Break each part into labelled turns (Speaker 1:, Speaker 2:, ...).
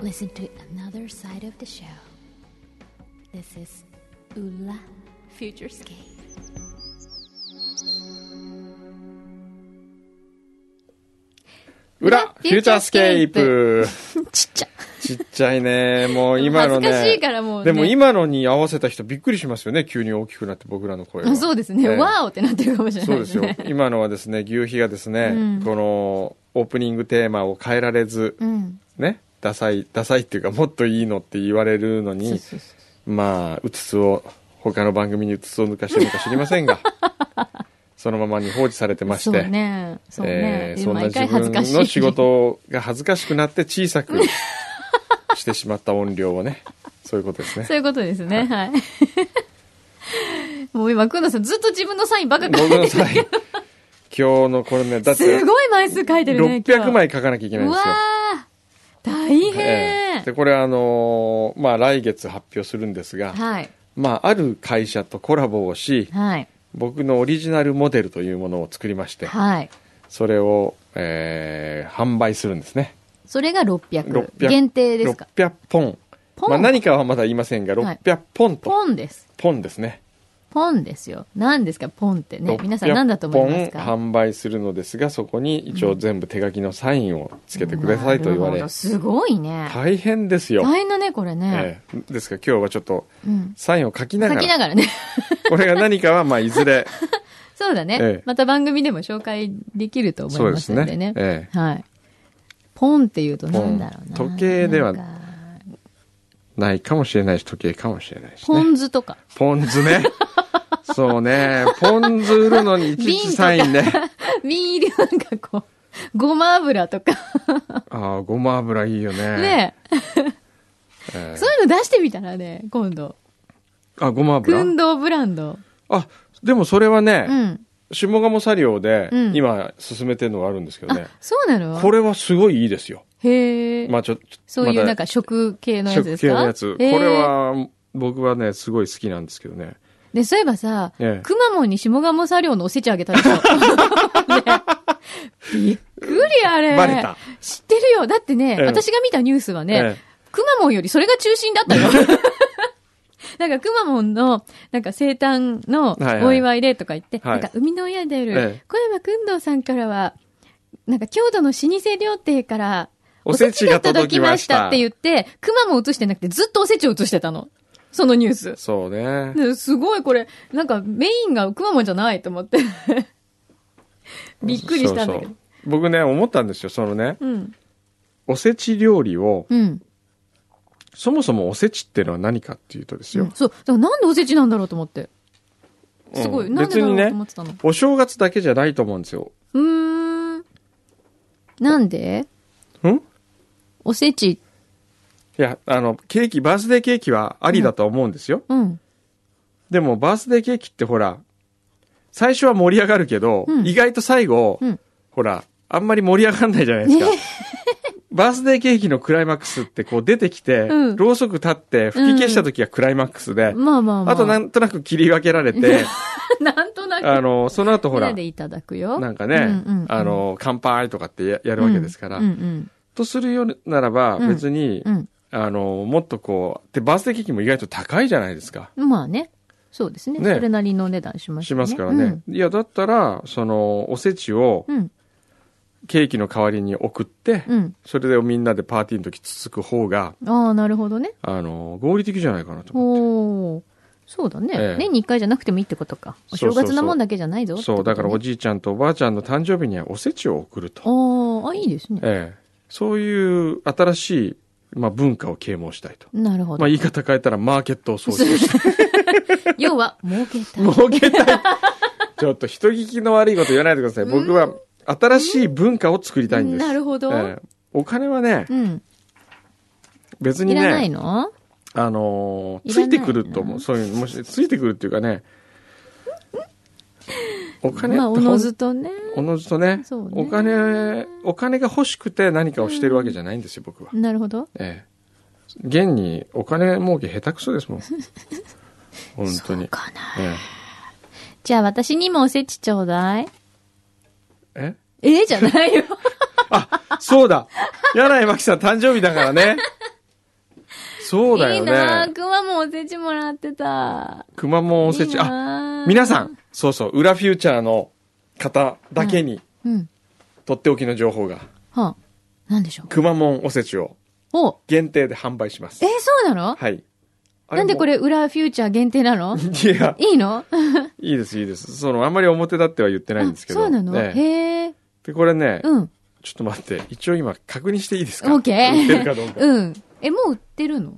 Speaker 1: Listen to another side of the show. This is Ula Futurescape.
Speaker 2: 裏、フューチャースケープ。
Speaker 1: ちっちゃ。
Speaker 2: ちっちゃいね。もう今のね。
Speaker 1: 恥ずかしいからもうね
Speaker 2: でも今のに合わせた人びっくりしますよね。急に大きくなって僕らの声が。
Speaker 1: そうですね。
Speaker 2: ええ
Speaker 1: わーおってなってるかもしれな
Speaker 2: そ
Speaker 1: いう
Speaker 2: ですよ。今のはですね、牛皮がですね、
Speaker 1: うん
Speaker 2: このオープニングテーマを変えられず、
Speaker 1: うん。
Speaker 2: ね、ダサい、ダサいっていうかもっといいのって言われる
Speaker 1: そ
Speaker 2: の
Speaker 1: う
Speaker 2: に、
Speaker 1: そうそう
Speaker 2: まあ、うつつを、他の番組にうつつを抜かしてるのか知りませ んが、そのままに放置されてまして。
Speaker 1: そうね。そうね
Speaker 2: え。ーそんな
Speaker 1: 毎
Speaker 2: 自
Speaker 1: 回恥ず
Speaker 2: 分
Speaker 1: かしい。
Speaker 2: の仕。事が恥ずかしくなって小さくしてしまった音量 をねそういうことですね
Speaker 1: そういうことです ね。はい。もう今、くんのさんずっと自分のサインばっか書
Speaker 2: ご
Speaker 1: い
Speaker 2: めん
Speaker 1: て
Speaker 2: な
Speaker 1: る。
Speaker 2: さい今日のこれねだって
Speaker 1: すごい枚数書いてるね。今日
Speaker 2: 600枚書かなきゃいけないん
Speaker 1: う
Speaker 2: で
Speaker 1: わ
Speaker 2: すよ
Speaker 1: ー大
Speaker 2: え
Speaker 1: 変
Speaker 2: ー、でこれあのーまあ来月発表するんですが、
Speaker 1: はい。
Speaker 2: まあある会社とコラボをし
Speaker 1: はい。
Speaker 2: 僕のオリジナルモデルというものを作りまして
Speaker 1: はい。
Speaker 2: それを、えー販売するんですね
Speaker 1: それが600。
Speaker 2: 600
Speaker 1: 限定ですか
Speaker 2: 600本
Speaker 1: ポン
Speaker 2: まあ、何かはまだ言いませんが
Speaker 1: はい
Speaker 2: 600本と、
Speaker 1: ポンです。
Speaker 2: ポンですね
Speaker 1: ポンですよ。何ですかポンってね。
Speaker 2: 600
Speaker 1: 皆さん何だと思いますか
Speaker 2: 本販売するのですがそこに一応全部手書きのサインをつけてくださいと言わ
Speaker 1: なる
Speaker 2: れ、
Speaker 1: ほどすごいね。
Speaker 2: 大変ですよ、
Speaker 1: 大変だね、これね。
Speaker 2: ええですから今日はちょっと
Speaker 1: うん。
Speaker 2: サインを書きなが
Speaker 1: 書
Speaker 2: ら
Speaker 1: きながらね。
Speaker 2: これが何かはまあいずれ
Speaker 1: そうだね、
Speaker 2: ええ
Speaker 1: また番組でも紹介できると思
Speaker 2: そ
Speaker 1: いうま
Speaker 2: ですす
Speaker 1: の
Speaker 2: ね
Speaker 1: でね。
Speaker 2: ええ
Speaker 1: はい。ポンっていうとなんだろうな。
Speaker 2: ポン時計では
Speaker 1: なんか
Speaker 2: ないかもしれないし時計かもしれないし
Speaker 1: ポ
Speaker 2: ね
Speaker 1: ン酢と か。
Speaker 2: ポン酢ねそうねポン酢売るのにいちいちサインね
Speaker 1: 瓶入りのなんかこう、ごま油とか。
Speaker 2: ああごま油いいよね
Speaker 1: ね
Speaker 2: ええ
Speaker 1: そういうの出してみたらね、今度。
Speaker 2: あごま油
Speaker 1: 運動ブランド。
Speaker 2: あでもそれはね、
Speaker 1: うん。
Speaker 2: 下鴨サリオで
Speaker 1: うん
Speaker 2: 今進めてるのがあるんですけどね、
Speaker 1: あ、そうなの
Speaker 2: これはすごいいいですよ。
Speaker 1: へえ、
Speaker 2: まあちょっと、
Speaker 1: そういう
Speaker 2: まだ
Speaker 1: なんか食系のやつです
Speaker 2: 食系
Speaker 1: か
Speaker 2: のやつ。こ
Speaker 1: へえ
Speaker 2: れは、僕はね、すごい好きなんですけどね。
Speaker 1: で、そういえばさ、
Speaker 2: ええ
Speaker 1: くまモンに下鴨砂料のおせちあげたでし ょ。ねびっくりあれ。
Speaker 2: バレた。
Speaker 1: 知ってるよ。だってね、
Speaker 2: ええ
Speaker 1: 私が見たニュースはね
Speaker 2: え、
Speaker 1: くまモンよりそれが中心だっ たよ。なんか、くまモンの、なんか、生誕の
Speaker 2: はいはい
Speaker 1: お祝いでとか言って、
Speaker 2: はい
Speaker 1: なんか、生みの親である、
Speaker 2: ええ
Speaker 1: 小山くんどうさんからは、なんか、郷土の老舗料亭から、
Speaker 2: おせちが届きました
Speaker 1: おせちが届きましたって言って、くまも映してなくて、ずっとおせちを映してたの。そのニュース。
Speaker 2: そうね。
Speaker 1: ねすごいこれ、なんかメインがくまモンじゃないと思 って。びっくりしたんだけど。
Speaker 2: そううそう僕ね、思ったんですよ。そのね、
Speaker 1: ん。
Speaker 2: おせち料理を、
Speaker 1: うん。
Speaker 2: そもそもおせちっていうのは何かっていうとです
Speaker 1: う
Speaker 2: よ
Speaker 1: ん。そう。だからなんでおせちなんだろうと思って。
Speaker 2: うん
Speaker 1: すごい。なんで
Speaker 2: 別
Speaker 1: だろ
Speaker 2: に
Speaker 1: うと
Speaker 2: ね
Speaker 1: 思っ、てたの。
Speaker 2: お正月だけじゃないと思うんですよ。
Speaker 1: うーん。なんで
Speaker 2: んい
Speaker 1: おせち。
Speaker 2: や、あの、ケーキ、バースデーケーキはありだと思うんですよ。
Speaker 1: うん。
Speaker 2: でも、バースデーケーキってほら、最初は盛り上がるけど、
Speaker 1: うん
Speaker 2: 意外と最後、
Speaker 1: うん
Speaker 2: ほら、あんまり盛り上がんないじゃないですか。 バースデーケーキのクライマックスってこう出てきて、
Speaker 1: うん
Speaker 2: ろうそく立って吹き消した時がクライマックスで、
Speaker 1: まあまあまあ。
Speaker 2: あとなんとなく切り分けられて、
Speaker 1: なんとなく。
Speaker 2: あの、その後ほ
Speaker 1: みん
Speaker 2: ら
Speaker 1: な、でいただくよ。
Speaker 2: なんかね、
Speaker 1: うんうんうん
Speaker 2: あの、乾杯とかってややるわけですから、
Speaker 1: うんうん
Speaker 2: とするようならば、
Speaker 1: うん
Speaker 2: 別に、
Speaker 1: うん。
Speaker 2: あの、もっとこう、で、バースデーケーキも意外と高いじゃないですか。
Speaker 1: うんまあね。そうですね。
Speaker 2: ね
Speaker 1: それなりのお値段します
Speaker 2: し
Speaker 1: よね
Speaker 2: ますからね。。いや、だったら、その、おせちを、
Speaker 1: うん。うん
Speaker 2: ケーキの代わりに送って、
Speaker 1: うん。
Speaker 2: それでみんなでパーティーの時つつく方が、
Speaker 1: ああ、なるほどね。
Speaker 2: あの、合理的じゃないかなと思って。
Speaker 1: おお、そうだね。
Speaker 2: ええ
Speaker 1: 年に一回じゃなくてもいいってことか。お
Speaker 2: そ
Speaker 1: 正
Speaker 2: うそうそう
Speaker 1: 月なもんだけじゃないぞってこ
Speaker 2: そう、
Speaker 1: とね、
Speaker 2: だからおじいちゃんとおばあちゃんの誕生日にはおせちを送ると。
Speaker 1: ああ、あいいですね。
Speaker 2: ええ。そういう新しい、まあ、文化を啓蒙したいと。
Speaker 1: なるほ
Speaker 2: ま
Speaker 1: ど
Speaker 2: あ、。言い方変えたらマーケットを創出 したい。
Speaker 1: 要は、儲けたい。
Speaker 2: 儲けたい。ちょっと人聞きの悪いこと言わないでください。僕は新しい文化を作りたいんです。
Speaker 1: なるほど。
Speaker 2: ええお金はね、
Speaker 1: うん。
Speaker 2: 別に
Speaker 1: いらない
Speaker 2: ね、
Speaker 1: の
Speaker 2: あのー
Speaker 1: い
Speaker 2: つ
Speaker 1: らない
Speaker 2: いてくると思う。そういう、もし、ついてくるっていうか ね、お金って
Speaker 1: まあ、お
Speaker 2: ほ
Speaker 1: の
Speaker 2: ん
Speaker 1: ずとね。
Speaker 2: おのずとね
Speaker 1: そうね
Speaker 2: お金お金が欲しくて何かをしてるわけじゃないんですよ、僕は、
Speaker 1: なるほど。
Speaker 2: ええ、現にお金儲け下手くそ ですもん本当
Speaker 1: そう
Speaker 2: に
Speaker 1: かな。
Speaker 2: え
Speaker 1: じゃあ、私にもおせちちょうだい。
Speaker 2: ええ
Speaker 1: ええじゃないよ。
Speaker 2: そうだ柳井真紀さん誕生日だからねそうだ
Speaker 1: いい
Speaker 2: よ
Speaker 1: なあ
Speaker 2: ね。
Speaker 1: 熊もおせちもらってた。
Speaker 2: 熊もおせ
Speaker 1: いい
Speaker 2: ち、あ、
Speaker 1: なあ
Speaker 2: 皆さん、そうそう、裏フューチャーの方だけに、
Speaker 1: うん。
Speaker 2: とっておきの情報が、
Speaker 1: はあ。なんでしょう。
Speaker 2: くまモンおせちを
Speaker 1: お
Speaker 2: 限定で販売します
Speaker 1: えー。そうなの
Speaker 2: はい。あ
Speaker 1: なんでこれ裏フューチャー限定な の
Speaker 2: も ういや、
Speaker 1: いいの
Speaker 2: いいです、いいです。その、あんまり表立っては言ってないんですけど。
Speaker 1: あそうなの、
Speaker 2: ええ
Speaker 1: へえ。
Speaker 2: で、これね、
Speaker 1: うん。
Speaker 2: ちょっと待って、一応今確認していいですか
Speaker 1: オッケー
Speaker 2: 売ってるかどうか。
Speaker 1: うん。え、もう売ってるの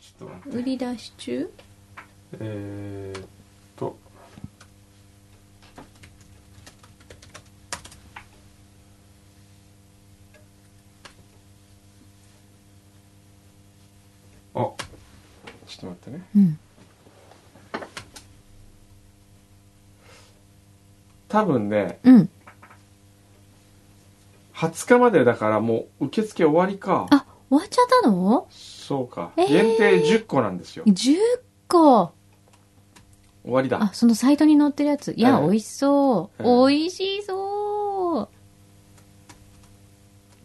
Speaker 2: ちょっと待って
Speaker 1: 売り出し中
Speaker 2: えーっと。あ、ちょっと待ってね。
Speaker 1: うん。
Speaker 2: 多分ね、
Speaker 1: うん。
Speaker 2: 20日までだからもう受付終わりか。
Speaker 1: あ、終わっちゃったの
Speaker 2: そうか。
Speaker 1: えー
Speaker 2: 限定10個なんですよ。
Speaker 1: ?10 個。
Speaker 2: 終わりだ
Speaker 1: あ、。そのサイトに載ってるやつ。いや、
Speaker 2: ええ
Speaker 1: 美味しそう。
Speaker 2: ええ
Speaker 1: 美味しそう。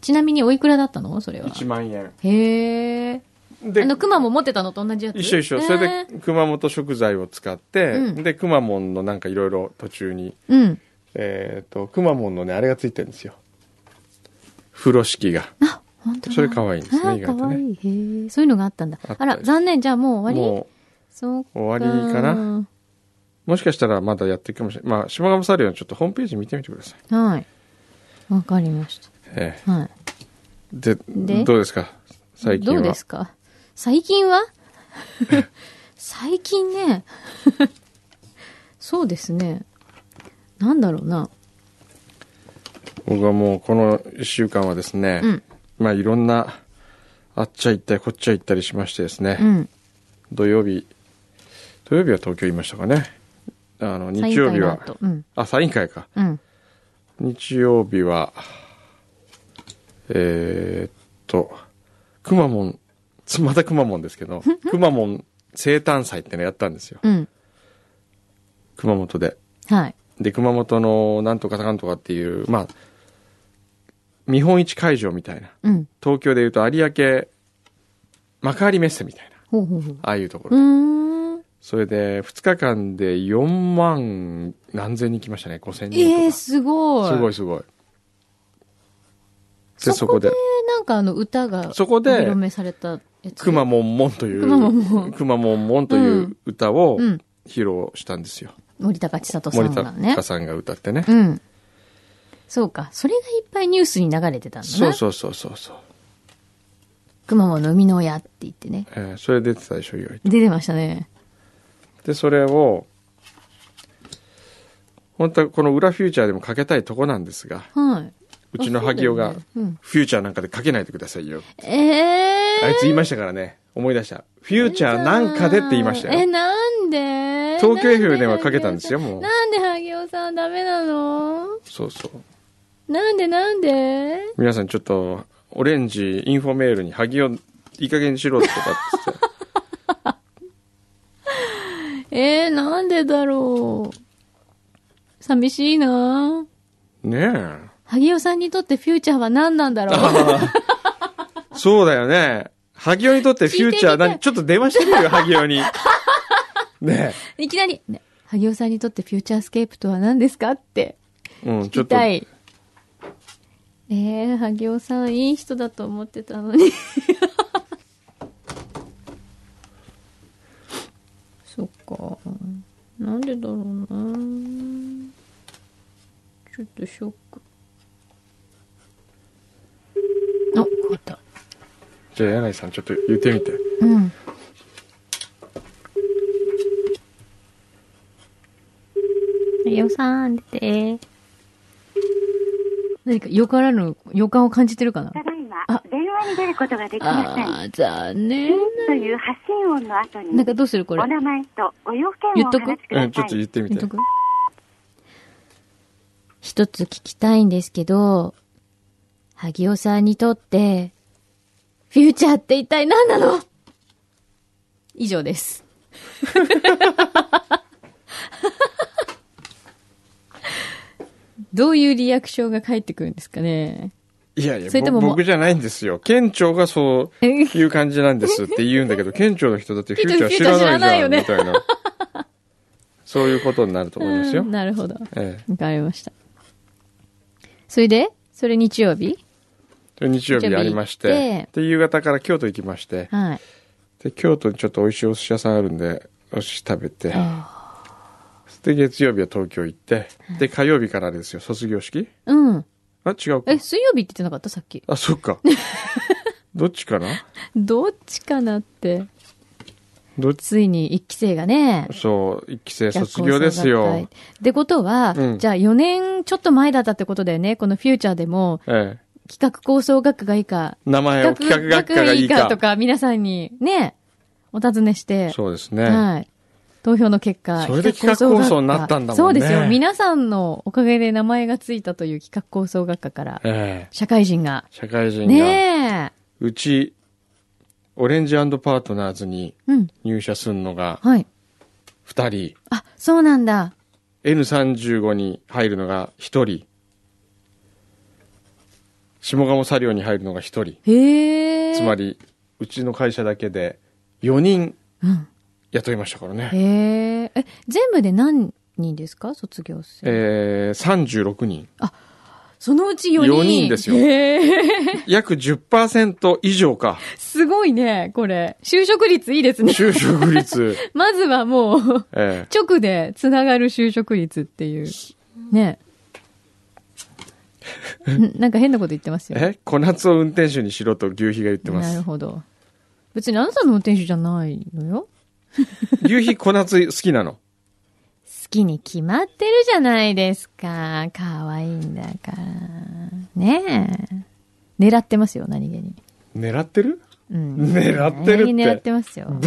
Speaker 1: ちなみにおいくらだったのそれは。
Speaker 2: 1万円。
Speaker 1: へえ。
Speaker 2: で
Speaker 1: あの、熊も持ってたのと同じやつ
Speaker 2: 一緒一緒。
Speaker 1: へー
Speaker 2: それで熊本食材を使って、
Speaker 1: うん
Speaker 2: で、熊本のなんかいろいろ途中に
Speaker 1: うん。
Speaker 2: えっ、と、くまモンのね、あれがついてるんですよ。風呂敷が。
Speaker 1: あ、本当だ
Speaker 2: それ可愛いんですね
Speaker 1: あー
Speaker 2: 意外とね
Speaker 1: 可愛いへえ。そういうのがあったんだ。
Speaker 2: あった
Speaker 1: あら、残念。じゃあもう終わり
Speaker 2: も
Speaker 1: そう
Speaker 2: う終わりかな。
Speaker 1: な。
Speaker 2: もしかしたらまだやってるかもしれない。まあ、島上サリオのちょっとホームページ見てみてください。
Speaker 1: はい。わかりまし
Speaker 2: ええ
Speaker 1: た。はい。
Speaker 2: で、
Speaker 1: で
Speaker 2: どうですか最近
Speaker 1: ど
Speaker 2: は。
Speaker 1: うですか最近 は最近ね。そうですね。なんだろうな。
Speaker 2: 僕はもうこの一週間はですね、
Speaker 1: うん
Speaker 2: まあいろんな、あっちゃ行ったり、こっちゃ行ったりしましてですね、
Speaker 1: うん。
Speaker 2: 土曜日、土曜日は東京いましたかね。あの、日曜日は
Speaker 1: サイン会の後、うん。
Speaker 2: あ、サイン会か。
Speaker 1: うん。
Speaker 2: 日曜日は、えーっと、くまモン、つまたくまモンですけど、 くまモン生誕祭ってのやったんですよ。
Speaker 1: うん。
Speaker 2: 熊本で。
Speaker 1: はい。
Speaker 2: で、熊本のなんとかかんとかっていう、まあ、見本市会場みたいな。
Speaker 1: うん。
Speaker 2: 東京でいうと有明、幕張メッセみたいな。
Speaker 1: ほうほうほう。
Speaker 2: ああいうとこ
Speaker 1: う
Speaker 2: ろ。
Speaker 1: ーん。
Speaker 2: それで、2日間で4万何千人来ましたね。5000人とか。
Speaker 1: ええー、すごい。
Speaker 2: すごいすごい。で、
Speaker 1: そ
Speaker 2: そ
Speaker 1: こ
Speaker 2: こ
Speaker 1: で
Speaker 2: で。、
Speaker 1: なんかあの歌が、
Speaker 2: そこで
Speaker 1: お披露目されたやつ。
Speaker 2: くまモンモンという、
Speaker 1: くまモンモン
Speaker 2: くまモンモンという歌を
Speaker 1: うん。
Speaker 2: 披露したんですよ。
Speaker 1: 森高千里さ
Speaker 2: 森
Speaker 1: んがね
Speaker 2: 高。さんが歌ってね。
Speaker 1: うん。そうか。それがいっぱいニュースに流れてたんだな。
Speaker 2: そうそうそうそうそう。
Speaker 1: 熊本の生みの親って言ってね。
Speaker 2: えーそれ出てたでしょ、いろいろ
Speaker 1: 出てましたね。
Speaker 2: で、それを、本当はこの裏フューチャーでもかけたいとこなんですが、
Speaker 1: はい。
Speaker 2: うちの萩尾
Speaker 1: あ
Speaker 2: が
Speaker 1: そうだよねうん、
Speaker 2: フューチャーなんかでかけないでくださいよ。
Speaker 1: ええー。
Speaker 2: あいつ言いましたからね、思い出した。フューチャーなんかでって言いました
Speaker 1: え、
Speaker 2: よ。
Speaker 1: なんで
Speaker 2: 東京 FM ではかけたんですよもう
Speaker 1: なんで萩尾さんダメなの
Speaker 2: そうそう。
Speaker 1: なんでなんで
Speaker 2: 皆さんちょっと、オレンジインフォメールに、萩尾、いい加減にしろとかっつって。
Speaker 1: えー、なんでだろう。寂しいな
Speaker 2: ねえ。
Speaker 1: 萩尾さんにとってフューチャーは何なんだろう
Speaker 2: そうだよね。萩尾にとってフューチャ
Speaker 1: 聞いてみた
Speaker 2: ー
Speaker 1: い
Speaker 2: 何、ちょっと電話してみるよ、萩尾に。ね
Speaker 1: いきなり、ね、萩尾さんにとってフューチャースケープとは何ですかって
Speaker 2: え。うん、
Speaker 1: 聞
Speaker 2: ちょっ
Speaker 1: き
Speaker 2: と。
Speaker 1: た
Speaker 2: ね
Speaker 1: い。えー、萩尾さんいい人だと思ってたのに。 そっか。なんでだろうなちょっとショック。あ、わかった。
Speaker 2: じゃあ、柳井さん、ちょっと言ってみて。
Speaker 1: うん。よさん、出て。何か、よからぬ予感を感じてるかな
Speaker 3: ただいま
Speaker 1: あ、
Speaker 3: 電話に出ることができません。
Speaker 1: あー、残念。
Speaker 3: という発信音の後
Speaker 1: なん
Speaker 3: に、
Speaker 1: かどうするこれ
Speaker 3: お。名前とご用件
Speaker 1: 言
Speaker 3: を
Speaker 1: っ
Speaker 3: お
Speaker 1: とく
Speaker 3: 話しく
Speaker 2: う
Speaker 3: ださい。
Speaker 2: ん、ちょっと言ってみ
Speaker 1: 言ってと。く一つ聞きたいんですけど、萩尾さんにとって、フューチャーって一体何なの以上 です。どういうリアクションが返ってくるんですかね
Speaker 2: いやいや
Speaker 1: それとも
Speaker 2: ぼ
Speaker 1: もう
Speaker 2: 僕じゃないんですよ県庁がそういう感じなんですって言うん だけど県庁の人だってフューチャー知らないじゃんみ
Speaker 1: フ
Speaker 2: たいな そういうことになると思いますよ、
Speaker 1: うんなるほど。
Speaker 2: ええ
Speaker 1: わかりました。それで、それ日曜日
Speaker 2: で日曜日ありまし
Speaker 1: 日曜日行
Speaker 2: て
Speaker 1: って
Speaker 2: で夕方から京都行きまして
Speaker 1: はい。
Speaker 2: で京都にちょっと美味しいお寿司屋さんあるんでお寿司食べて
Speaker 1: あ
Speaker 2: で月曜日は東京行ってで火曜日からあれですよ卒業式
Speaker 1: うん。
Speaker 2: あ違うか
Speaker 1: え、水曜日って言ってなかったさっき。
Speaker 2: あそっ かどっちかな
Speaker 1: どっちかなって。
Speaker 2: どっち
Speaker 1: ついに一期生がね、
Speaker 2: そう一期生卒業です
Speaker 1: 学校生
Speaker 2: よ
Speaker 1: 活ってことは、
Speaker 2: うん
Speaker 1: じゃあ4年ちょっと前だったってことだよね。このフューチャーでも、
Speaker 2: ええ
Speaker 1: 企画構想学科がいいか、
Speaker 2: 名前を企画学科がいいか
Speaker 1: とか、皆さんにね、お尋ねして、
Speaker 2: そうですね、
Speaker 1: はい。投票の結果、
Speaker 2: それで企画構想になったんだもんね
Speaker 1: そうですよ。皆さんのおかげで名前がついたという企画構想学科から、
Speaker 2: ええ
Speaker 1: 社会人が。
Speaker 2: 社会人が、
Speaker 1: ねえ。
Speaker 2: うちオレンジパートナーズに
Speaker 1: うん。
Speaker 2: 入社するのが
Speaker 1: はい。
Speaker 2: 2人
Speaker 1: あ、そうなんだ。
Speaker 2: N35 に入るのが1人下鴨サリオに入るのが1人
Speaker 1: へえ。
Speaker 2: つまりうちの会社だけで4人
Speaker 1: うん。
Speaker 2: 雇いましたからね
Speaker 1: へえ。え、全部で何人ですか卒業生。
Speaker 2: えー、36人
Speaker 1: そのうち4人。
Speaker 2: 四人ですよ
Speaker 1: へえ。
Speaker 2: 約10%以上か
Speaker 1: すごいね、これ。就職率いいですね。
Speaker 2: 就 職率
Speaker 1: まずはもう、
Speaker 2: ええ
Speaker 1: 直でつながる就職率っていう。 ねえ。んなんか変なこと言ってますよ。
Speaker 2: え小夏を運転手にしろと牛皮が言ってま
Speaker 1: なる
Speaker 2: す
Speaker 1: ほど。別にあなたの運転手じゃないのよ。
Speaker 2: 牛皮小夏好きなの
Speaker 1: 好きに決まってるじゃないですか。可愛いんだから。ねえ。狙ってますよ、何気に。
Speaker 2: 狙ってる
Speaker 1: うん。
Speaker 2: 狙ってる
Speaker 1: 何
Speaker 2: って
Speaker 1: 気に狙ってますよ。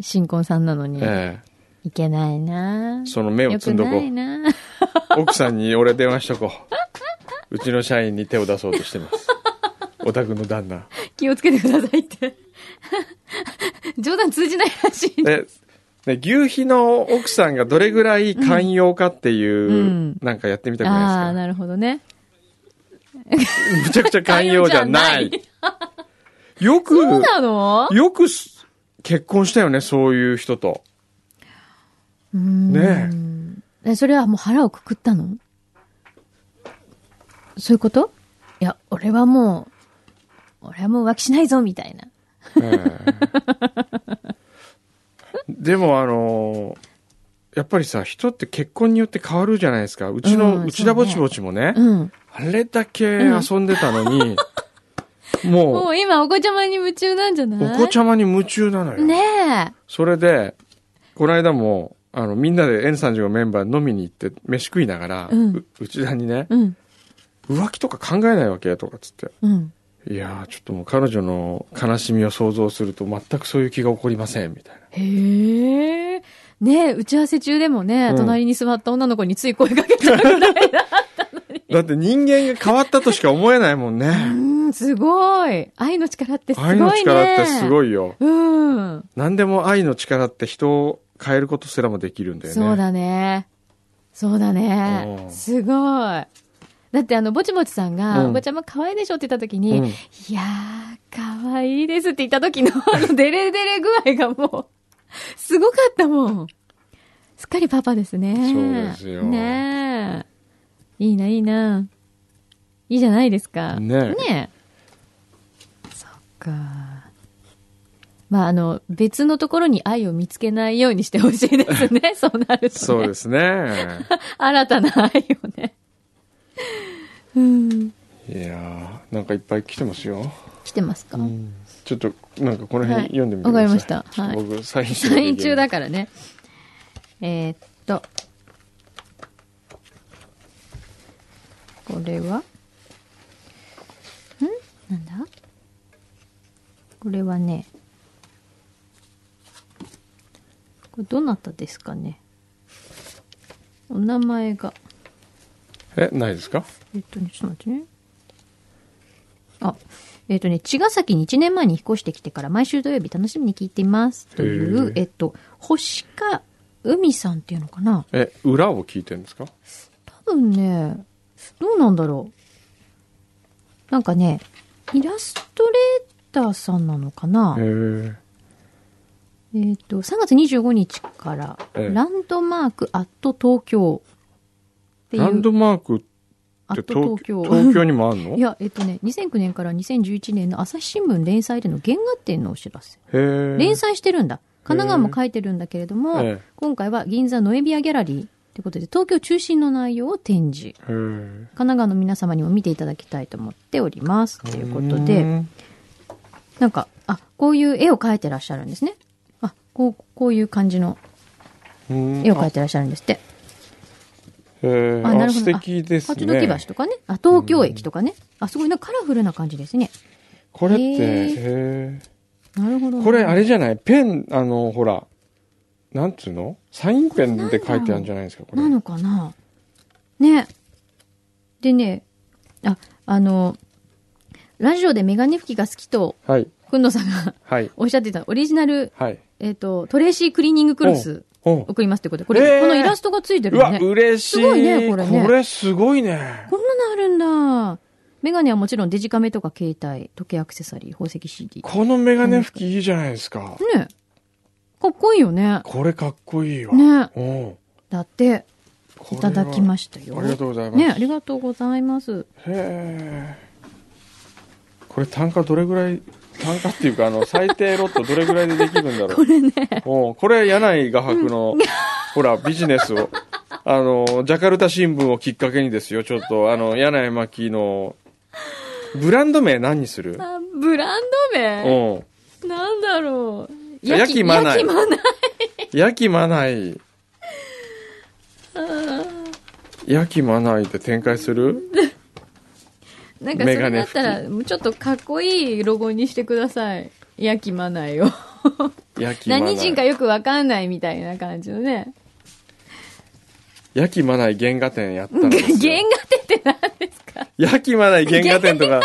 Speaker 1: 新婚さんなのに。
Speaker 2: ええ
Speaker 1: いけないな
Speaker 2: その目をつんどこ
Speaker 1: よくないな
Speaker 2: 奥さんに俺電話しとこううちの社員に手を出そうとしてますお宅の旦那
Speaker 1: 気をつけてくださいって。 冗談通じないらしい。
Speaker 2: で、ね、牛皮の奥さんがどれぐらい寛容かっていう、
Speaker 1: うん
Speaker 2: なんかやってみたく
Speaker 1: ああー、
Speaker 2: ない
Speaker 1: なるほどね。
Speaker 2: ですかむちゃくちゃ寛容じゃな
Speaker 1: 寛容
Speaker 2: い。よく、
Speaker 1: そうなの
Speaker 2: よくす結婚したよね、そういう人と。ね
Speaker 1: え。えそれはもう腹をくくったのそういうこといや、俺はもう、俺はもう浮気しないぞ、みたいな。
Speaker 2: ええでもあのやっぱりさ、人って結婚によって変わるじゃないですか。うちの、
Speaker 1: う
Speaker 2: うんちらぼちぼちもね、
Speaker 1: うん。
Speaker 2: あれだけ遊んでたのに、
Speaker 1: も
Speaker 2: も、
Speaker 1: う今、お子ちゃまに夢中なんじゃないう
Speaker 2: お子ちゃまに夢中なのよ。
Speaker 1: ね
Speaker 2: それで、この間も、あの、みんなで N35 メンバー飲みに行って、飯食いながら、
Speaker 1: うん
Speaker 2: う内田にね
Speaker 1: え。、うん。
Speaker 2: 浮気とか考えないわけとかっつって。
Speaker 1: うん。
Speaker 2: いやー、ちょっともう彼女の悲しみを想像すると全くそういう気が起こりません、みたいな。
Speaker 1: へえ。ねえ、打ち合わせ中でもね、
Speaker 2: うん
Speaker 1: 隣に座った女の子につい声かけちゃうぐらいだ。
Speaker 2: だって人間が変わったとしか思えないもんね。
Speaker 1: うん、すごい。愛の力 ってすごい
Speaker 2: 愛
Speaker 1: ね。
Speaker 2: の力ってす
Speaker 1: い。
Speaker 2: ごいよ。
Speaker 1: うん。
Speaker 2: 何でも愛の力って人を変えることすらもできるんだよね。
Speaker 1: そうだね。そうだね
Speaker 2: う。ん
Speaker 1: すごい。だってあの、ぼちぼちさんが、
Speaker 2: うん
Speaker 1: おばちゃま可愛いでしょって言った時に、
Speaker 2: うん
Speaker 1: いやー、可愛いですって言った時の、あの、デレデレ具合がもう、すごかったもん。すっかりパパですね。
Speaker 2: そうですよ
Speaker 1: ねえ。いいな、いいな。いいじゃないですか。
Speaker 2: ねえ
Speaker 1: ねえ。そっか。まあ、あの、別のところに愛を見つけないようにしてほしいです ね。そうなると、ね。
Speaker 2: そうですね。
Speaker 1: 新たな愛をね。うん。
Speaker 2: いやー、なんかいっぱい来てますよ。
Speaker 1: 来てますか、
Speaker 2: ちょっとなんかこの
Speaker 1: は
Speaker 2: 辺
Speaker 1: い
Speaker 2: 読んでみてください。
Speaker 1: わかりましたはい
Speaker 2: 僕サインしなき
Speaker 1: サ
Speaker 2: ゃいけない
Speaker 1: イン中 だからね。えーっと。これはんなんだこれはね。これどなたですかねお名前が。
Speaker 2: え、ないですか
Speaker 1: えっとね、ちょっと待ってね。あ、えっとね、茅ヶ崎に1年前に引っ越してきてから毎週土曜日楽しみに聞いています。という、
Speaker 2: へえ
Speaker 1: えっと、星か海さんっていうのかな
Speaker 2: え、裏を聞いてるんですか
Speaker 1: 多分ね、どうなんだろう。なんかね、イラストレーターさんなのかな
Speaker 2: へえ。
Speaker 1: えっ、と、3月25日から、
Speaker 2: ええ
Speaker 1: ランドマークアット東京っていう。
Speaker 2: ランドマークっ
Speaker 1: アッ
Speaker 2: て
Speaker 1: ト東
Speaker 2: 東
Speaker 1: 京。
Speaker 2: 京 東京にもあるの
Speaker 1: いや、えっとね、2009年から2011年の朝日新聞連載での原画展のお知らせ。
Speaker 2: へえ。
Speaker 1: 連載してるんだ。神奈川も書いてるんだけれども、
Speaker 2: ええ
Speaker 1: 今回は銀座ノエビアギャラリーってことで、東京中心の内容を展示。
Speaker 2: へえ。
Speaker 1: 神奈川の皆様にも見ていただきたいと思っております。ということ
Speaker 2: う
Speaker 1: で、
Speaker 2: ん
Speaker 1: なんか、あ、こういう絵を描いてらっしゃるんですね。あ、こう、こういう感じの
Speaker 2: うん
Speaker 1: 絵を描いてらっしゃるんですって。
Speaker 2: へえ。
Speaker 1: あ、なる
Speaker 2: あ
Speaker 1: ほ
Speaker 2: 素
Speaker 1: ど。あ
Speaker 2: 敵ですね。
Speaker 1: 柿の木橋とかね。あ、東京駅とかね。あ、すごいな、カラフルな感じですね。
Speaker 2: これって、
Speaker 1: へえ
Speaker 2: へ
Speaker 1: なるほど
Speaker 2: え
Speaker 1: ね。
Speaker 2: これあれじゃないペン、あの、ほら、なんつうのサインペンで書いてあるんじゃないですか、これ
Speaker 1: な。のかなね。でね、あ、あの、ラジオでメガネ拭きが好きと、
Speaker 2: はい、
Speaker 1: くんのさんが
Speaker 2: はい、
Speaker 1: おっしゃってたオリジナル、
Speaker 2: はい。
Speaker 1: えっ、と、トレーシークリーニングクルス
Speaker 2: おう
Speaker 1: 送りますってことで、これ、
Speaker 2: えー
Speaker 1: このイラストがついて
Speaker 2: う
Speaker 1: るよ
Speaker 2: わ、
Speaker 1: ね。
Speaker 2: 嬉しい。
Speaker 1: すごいねこれね
Speaker 2: これすごいね。
Speaker 1: こんなのあるんだ。メガネはもちろんデジカメとか携帯、時計アクセサリー、宝石 CD。ね。
Speaker 2: このメガネ拭きいいじゃないですか。
Speaker 1: かっこいいよね。
Speaker 2: これかっこいいわ。
Speaker 1: ね。
Speaker 2: おう
Speaker 1: だって、
Speaker 2: こ
Speaker 1: い
Speaker 2: れは
Speaker 1: ただきましたよ。
Speaker 2: ありがとうございます。
Speaker 1: ね、ありがとうございます。
Speaker 2: へえ。これ単価どれぐらい、単価っていうか、あの、最低ロットどれぐらいでできるん だろう。これね。うこれ、柳井画伯の、ほら、ビジネスを。あの、ジャカルタ新聞をきっかけにですよ、ちょっと、あの、柳井真紀の、ブランド名何にする
Speaker 1: あブランド名
Speaker 2: うん。
Speaker 1: なんだろう。
Speaker 2: やきまない
Speaker 1: やきまない。
Speaker 2: やきまない。やきまないで展開する
Speaker 1: なんかそ
Speaker 2: メガ
Speaker 1: れ
Speaker 2: ネ
Speaker 1: だ
Speaker 2: 拭
Speaker 1: っ
Speaker 2: き
Speaker 1: たら、もうちょっとかっこいいロゴにしてください。やきまないを。
Speaker 2: やきまない。
Speaker 1: 何人かよくわかんないみたいな感じのね。
Speaker 2: やきまない原画展やった
Speaker 1: 原
Speaker 2: ん
Speaker 1: 画
Speaker 2: で
Speaker 1: 展っ
Speaker 2: すよ。
Speaker 1: て何ですか
Speaker 2: やきまない原画 展とか。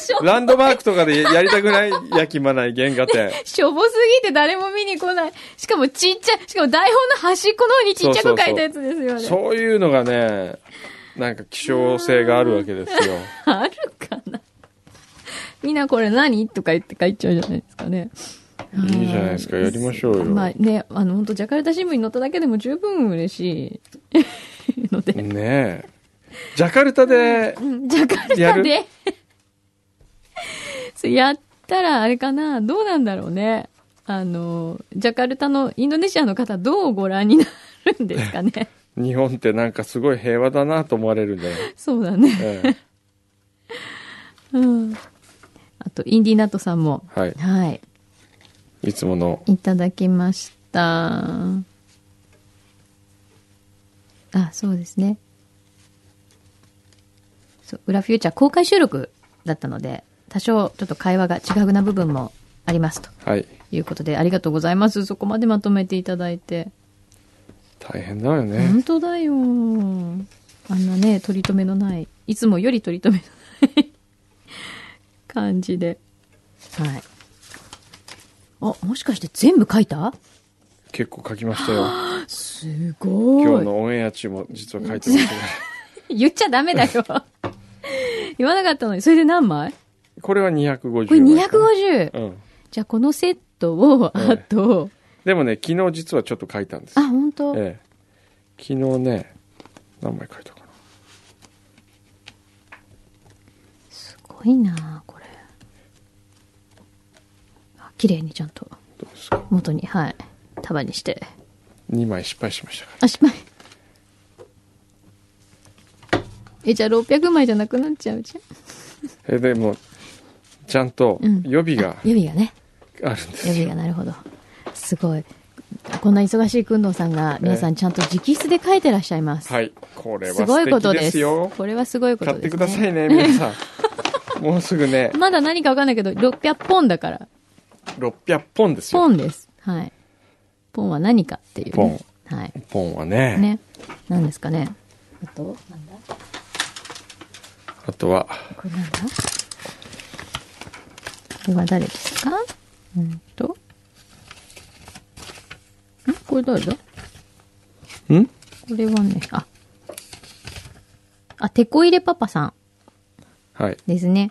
Speaker 1: しょ
Speaker 2: ランドマークとかでやりたくないやきまない原 画展。
Speaker 1: しょぼすぎて誰も見に来ない。しかもちっちゃい、しかも台本の端っこの方にちっちゃく書いたやつですよね。
Speaker 2: そういうのがね、なんか希少性があるわけですよ。
Speaker 1: あるかなみんなこれ何とか言って書いちゃうじゃないですかね。
Speaker 2: いいじゃないですか、やりましょうよ。
Speaker 1: まあ
Speaker 2: ね
Speaker 1: ね、あの、本当ジャカルタ新聞に載っただけでも十分嬉しい ので、
Speaker 2: え。ジャカルタで、
Speaker 1: うんジャカル
Speaker 2: や
Speaker 1: タ
Speaker 2: る
Speaker 1: でそう、やったらあれかな、どうなんだろうね。あの、ジャカルタのインドネシアの方、どうご覧になるんですか ね。
Speaker 2: 日本ってなんかすごい平和だなと思われるんじゃない
Speaker 1: そうだね。
Speaker 2: ええ
Speaker 1: うん。あと、インディナットさんも、
Speaker 2: はい。
Speaker 1: はい、
Speaker 2: いつもの。
Speaker 1: いただきました。あ、そうですね。そう、裏フューチャー公開収録だったので、多少ちょっと会話が違うな部分もありますと
Speaker 2: はい。
Speaker 1: いうことで、ありがとうございます。そこまでまとめていただいて。
Speaker 2: 大変だよね。
Speaker 1: 本当だよ。あんなね、取り留めのない、いつもより取り留めのない 感じで。はい。あ、もしかして全部書いた
Speaker 2: 結構書きましたよ。
Speaker 1: すごい。
Speaker 2: 今日のオンエア中も実は書いてま したけど
Speaker 1: 言っちゃダメだよ。 言わなかったのに。それで何枚
Speaker 2: これは250。
Speaker 1: これ 250!
Speaker 2: うん。
Speaker 1: じゃあこのセットを、
Speaker 2: ええ
Speaker 1: あと、
Speaker 2: でもね、昨日実はちょっと書いたんですよ
Speaker 1: あ、本当。
Speaker 2: ええ、昨日ね何枚書いたかな
Speaker 1: すごいなこれ。あ綺麗にちゃんと
Speaker 2: どうですか
Speaker 1: 元に、はい、束にして。
Speaker 2: 2枚失敗しましたか
Speaker 1: あ、失敗。え、じゃあ600枚じゃなくなっちゃうじ
Speaker 2: らえでもちゃんと
Speaker 1: うん
Speaker 2: 予備
Speaker 1: ゃん。あ
Speaker 2: が
Speaker 1: 予備がね。
Speaker 2: あるんです
Speaker 1: 予
Speaker 2: よ、
Speaker 1: 備がなるほど。すごい。こんな忙しいくんどうさんが、皆さんちゃんと直筆で書いてらっしゃいます。
Speaker 2: はいこれは
Speaker 1: すごい
Speaker 2: 素
Speaker 1: こと
Speaker 2: 敵
Speaker 1: で
Speaker 2: ですすよ
Speaker 1: これはすごいこと
Speaker 2: 買っ
Speaker 1: です、ね。
Speaker 2: てくださいね皆さんもうすぐね
Speaker 1: まだ何かわかんないけど、600ポンだから、
Speaker 2: 600ポンです
Speaker 1: ポ
Speaker 2: よ
Speaker 1: ンです。はい。ポンは何かっていう、ね。はい。
Speaker 2: ポンはね
Speaker 1: ね。何ですかね。あと、なんだ
Speaker 2: あとは
Speaker 1: これなんだこれは誰ですかうんと。んこれ誰だこ
Speaker 2: ん
Speaker 1: れはね、あ。あ、テコ入れパパさん。
Speaker 2: はい。
Speaker 1: ですね。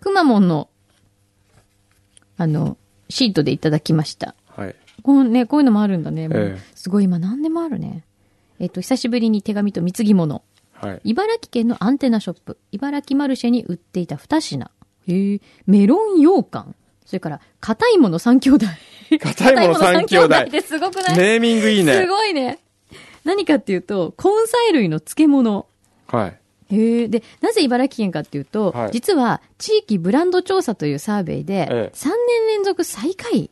Speaker 1: くまモンの、あの、シートでいただきました。
Speaker 2: はい。
Speaker 1: こうね、こういうのもあるんだね。もう
Speaker 2: ええ
Speaker 1: すごい、今何でもあるね。えっと、久しぶりに手紙と貢ぎ物。
Speaker 2: はい。
Speaker 1: 茨城県のアンテナショップ、茨城マルシェに売っていた2品。へえ、メロン羊羹。それから、硬いもの3兄弟。
Speaker 2: 硬いもの三兄
Speaker 1: 硬
Speaker 2: 弟
Speaker 1: いもの三ってすごくない
Speaker 2: ネーミングいいね
Speaker 1: す。ごいね。何かっていうと、根菜類の漬物。
Speaker 2: はい。
Speaker 1: へえ。で、なぜ茨城県かっていうと、
Speaker 2: はい
Speaker 1: 実は地域ブランド調査というサーベイで、
Speaker 2: ええ
Speaker 1: 3年連続最下位っ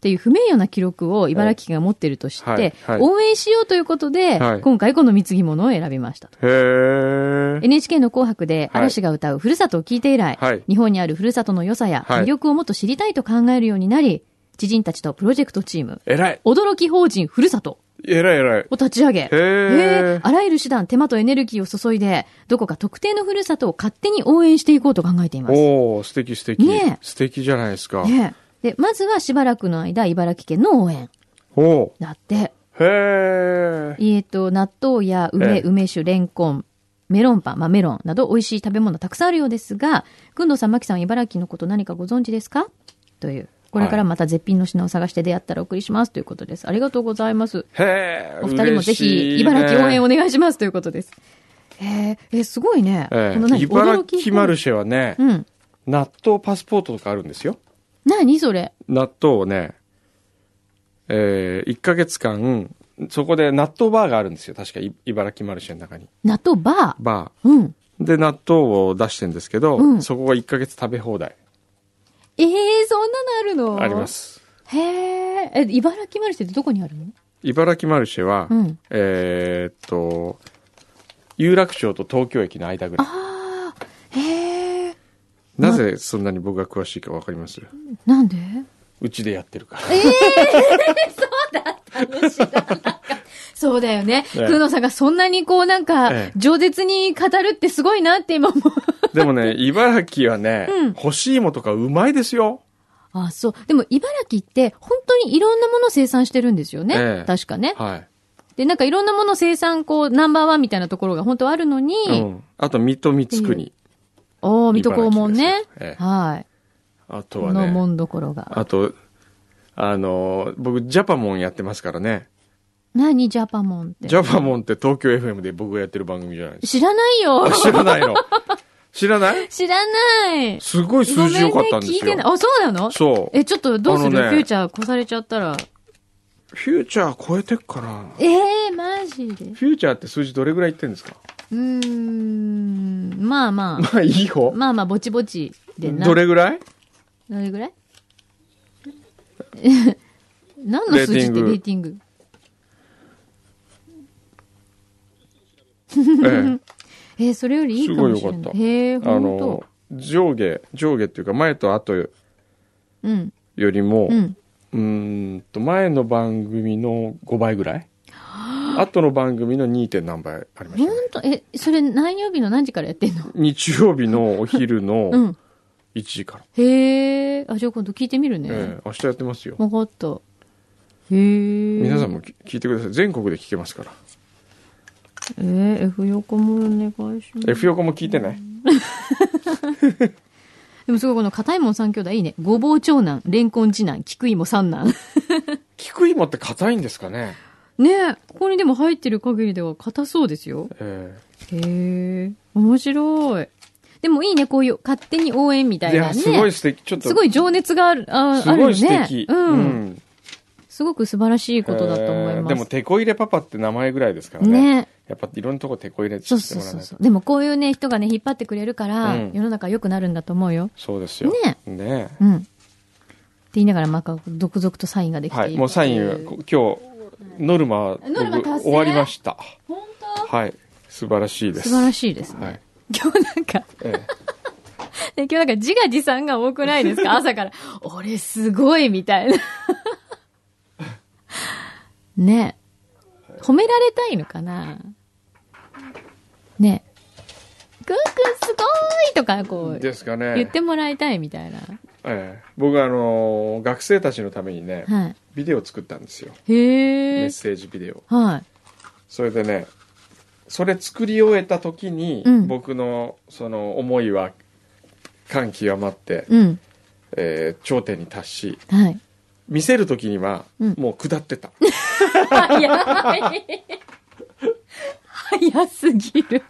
Speaker 1: ていう不名誉な記録を茨城県が持ってるとして、
Speaker 2: ええはいはい
Speaker 1: 応援しようということで、
Speaker 2: はい
Speaker 1: 今回この貢ぎ物を選びましたと。
Speaker 2: へー。
Speaker 1: NHK の紅白で
Speaker 2: はい
Speaker 1: 嵐が歌うふるさとを聞いて以来、
Speaker 2: はい
Speaker 1: 日本にあるふるさとの良さや
Speaker 2: は
Speaker 1: 魅
Speaker 2: い
Speaker 1: 力をもっと知りたいと考えるようになり、知人たちとプロジェクトチーム、
Speaker 2: 偉い。
Speaker 1: 驚き法人ふるさと
Speaker 2: 偉い偉い。
Speaker 1: を立ち上げ、
Speaker 2: へー
Speaker 1: へーあらゆる手段、手間とエネルギーを注いで、どこか特定のふるさとを勝手に応援していこうと考えています。
Speaker 2: おお素敵素敵、
Speaker 1: ねえ
Speaker 2: 素敵じゃないですか。
Speaker 1: ねえで、まずはしばらくの間、茨城県の応援。
Speaker 2: おお
Speaker 1: だって、
Speaker 2: へえ。
Speaker 1: えっと、納豆や
Speaker 2: ええ
Speaker 1: 梅、梅酒、レンコン、メロンパン、まあメロンなど美味しい食べ物たくさんあるようですが、くんどうさん、まきさん、茨城のこと何かご存知ですかという。これからまた絶品の品を探して出会ったらお送りしますということです。ありがとうございます。
Speaker 2: へえ。
Speaker 1: お二人もぜ
Speaker 2: 嬉しい
Speaker 1: ひ、
Speaker 2: ね
Speaker 1: 茨城応援お願いしますということです。えー、えすごいね。
Speaker 2: え
Speaker 1: この
Speaker 2: え、
Speaker 1: 何
Speaker 2: 茨
Speaker 1: 驚き
Speaker 2: 城マルシェはね、
Speaker 1: うん。
Speaker 2: 納豆パスポートとかあるんですよ。
Speaker 1: 何それ。
Speaker 2: 納豆をね、えー、1ヶ月間、そこで納豆バーがあるんですよ。確か、い茨城マルシェの中に。
Speaker 1: 納豆バー。
Speaker 2: バ
Speaker 1: うん。
Speaker 2: ー。で、納豆を出してんですけど、
Speaker 1: うん
Speaker 2: そこが1ヶ月食べ放題。
Speaker 1: ええそんなのあるの
Speaker 2: ありま。す。
Speaker 1: へえ、え、茨城マルシェってどこにあるの
Speaker 2: 茨城マルシェは、
Speaker 1: うん
Speaker 2: えーっと、有楽町と東京駅の間ぐらい。
Speaker 1: ああ、へえ、
Speaker 2: なぜそんなに僕が詳しいかわかります
Speaker 1: なんで
Speaker 2: うちでやってるから。
Speaker 1: そうだよね。
Speaker 2: ええ
Speaker 1: 久野さんがそんなにこうなんか
Speaker 2: ええ、
Speaker 1: 饒舌に語るってすごいなって今も。
Speaker 2: でもね、茨城はね、
Speaker 1: うん
Speaker 2: 干し芋とかうまいですよ。
Speaker 1: あ、そう。でも茨城って本当にいろんなものを生産してるんですよね。
Speaker 2: ええ
Speaker 1: 確かね。
Speaker 2: は
Speaker 1: で、なんかいろんなもの生産、こう、ナンバーワンみたいなところが本当はあるのに、
Speaker 2: い。うん。あと、水戸光
Speaker 1: っ
Speaker 2: 国。
Speaker 1: おー、水戸黄門ね。
Speaker 2: 茨城ですよええ
Speaker 1: はい。
Speaker 2: あと
Speaker 1: こ
Speaker 2: は
Speaker 1: の
Speaker 2: ね、
Speaker 1: 門どころが。
Speaker 2: あと、あのー、僕、ジャパモンやってますからね。
Speaker 1: 何ジャパモンって。
Speaker 2: ジャパモンって東京 FM で僕がやってる番組じゃないです
Speaker 1: 知らないよ
Speaker 2: か。あ、。知らないの。知らない
Speaker 1: 知らない。
Speaker 2: すごい数字良かったんです
Speaker 1: ごめね聞いて
Speaker 2: よ
Speaker 1: ない。。あ、そうなの
Speaker 2: そう
Speaker 1: え、ちょっとどうする、
Speaker 2: あのね
Speaker 1: フューチャー越されちゃったら。
Speaker 2: フューチャー超えてっかな。
Speaker 1: ええー、マジで。
Speaker 2: フューチャーって数字どれぐらいいってんですか
Speaker 1: うーん、まあま あ。
Speaker 2: まあいい方。
Speaker 1: まあまあ、ぼちぼちでな。
Speaker 2: どれ ぐらい
Speaker 1: どれぐ らい何の数字って
Speaker 2: レーティング
Speaker 1: レーティング
Speaker 2: え
Speaker 1: えーそれよりいいかもしれ
Speaker 2: すごい
Speaker 1: な
Speaker 2: よか
Speaker 1: い。
Speaker 2: った
Speaker 1: へえ、
Speaker 2: え、
Speaker 1: ほ
Speaker 2: あ
Speaker 1: ん
Speaker 2: の
Speaker 1: と。
Speaker 2: 上下上下っていうか前と後よ
Speaker 1: うん、
Speaker 2: りも、
Speaker 1: う
Speaker 2: う
Speaker 1: ん。
Speaker 2: ーんと前の番組の5倍ぐらい後の番組の 2. 点何倍ありまし
Speaker 1: ほ
Speaker 2: たね
Speaker 1: んと、え、それ何曜日の何時からやってんの
Speaker 2: 日曜日のお 昼
Speaker 1: う
Speaker 2: の
Speaker 1: ん。
Speaker 2: 1時から、
Speaker 1: へえ、あ、じゃあ今度聞いてみるね。
Speaker 2: ええ明日やってますよ
Speaker 1: 分かった。へえ。
Speaker 2: 皆さんもき聞いてください全国で聞けますから、
Speaker 1: えー、F 横もお願いします。
Speaker 2: F 横も聞いてね
Speaker 1: でもすごいこの片いもん三兄弟いいね。ごぼう長男、レンコン次男、菊芋三男。
Speaker 2: 菊芋って硬いんですか ね、
Speaker 1: ねえ、ここにでも入ってる限りでは硬そうですよ。
Speaker 2: え
Speaker 1: へえ、面白い。でもいいね、こういう勝手に応援みた
Speaker 2: え
Speaker 1: い
Speaker 2: い
Speaker 1: なね。
Speaker 2: やすごい素敵ちょっと
Speaker 1: すごい情熱がある、あ
Speaker 2: す
Speaker 1: あるよ
Speaker 2: ご
Speaker 1: ね。
Speaker 2: い素敵、
Speaker 1: うん。
Speaker 2: うん
Speaker 1: すごく素晴らしいことだと思い
Speaker 2: えー
Speaker 1: ます。
Speaker 2: でも、テコ入れパパって名前ぐらいですからね。
Speaker 1: ねえ。
Speaker 2: やっぱいろんなとこテコ入れして
Speaker 1: そう
Speaker 2: もらわ
Speaker 1: そう
Speaker 2: ないと。
Speaker 1: そうそう。でもこういうね、人がね、引っ張ってくれるから、
Speaker 2: うん
Speaker 1: 世の中良くなるんだと思うよ。
Speaker 2: そうですよ。
Speaker 1: ね
Speaker 2: ね
Speaker 1: うん。って言いながら、まか、続々とサインができてい
Speaker 2: は
Speaker 1: る
Speaker 2: い。もうサ
Speaker 1: っ
Speaker 2: イ
Speaker 1: て
Speaker 2: ン、
Speaker 1: い
Speaker 2: こ今日、ノルマ、
Speaker 1: ノルマ
Speaker 2: 僕
Speaker 1: 達成
Speaker 2: 終わりました。
Speaker 1: 本当
Speaker 2: はい。素晴らしいです。
Speaker 1: 素晴ら
Speaker 2: い。
Speaker 1: しいですね。
Speaker 2: はい。
Speaker 1: 今日なんか、
Speaker 2: ええ
Speaker 1: ね今日なんか自画自賛が多くないですか朝から。俺すごいみたいな。 ねえ褒められたいのかなねえくんくんすごいとかこう
Speaker 2: ですかね。
Speaker 1: 言ってもらいたいみたいな。
Speaker 2: ええ僕はあのー学生たちのためにね、
Speaker 1: は
Speaker 2: ビデオ作ったんですよ。
Speaker 1: い。へ
Speaker 2: メッ
Speaker 1: え。
Speaker 2: セージビデオ。
Speaker 1: は
Speaker 2: それでね、それ作り終えた時に、
Speaker 1: うん
Speaker 2: 僕のその思いは感極まって、
Speaker 1: うん。
Speaker 2: えー頂点に達し
Speaker 1: はい。
Speaker 2: 見せる時には
Speaker 1: うん
Speaker 2: もう下ってた、
Speaker 1: 早い。早すぎる。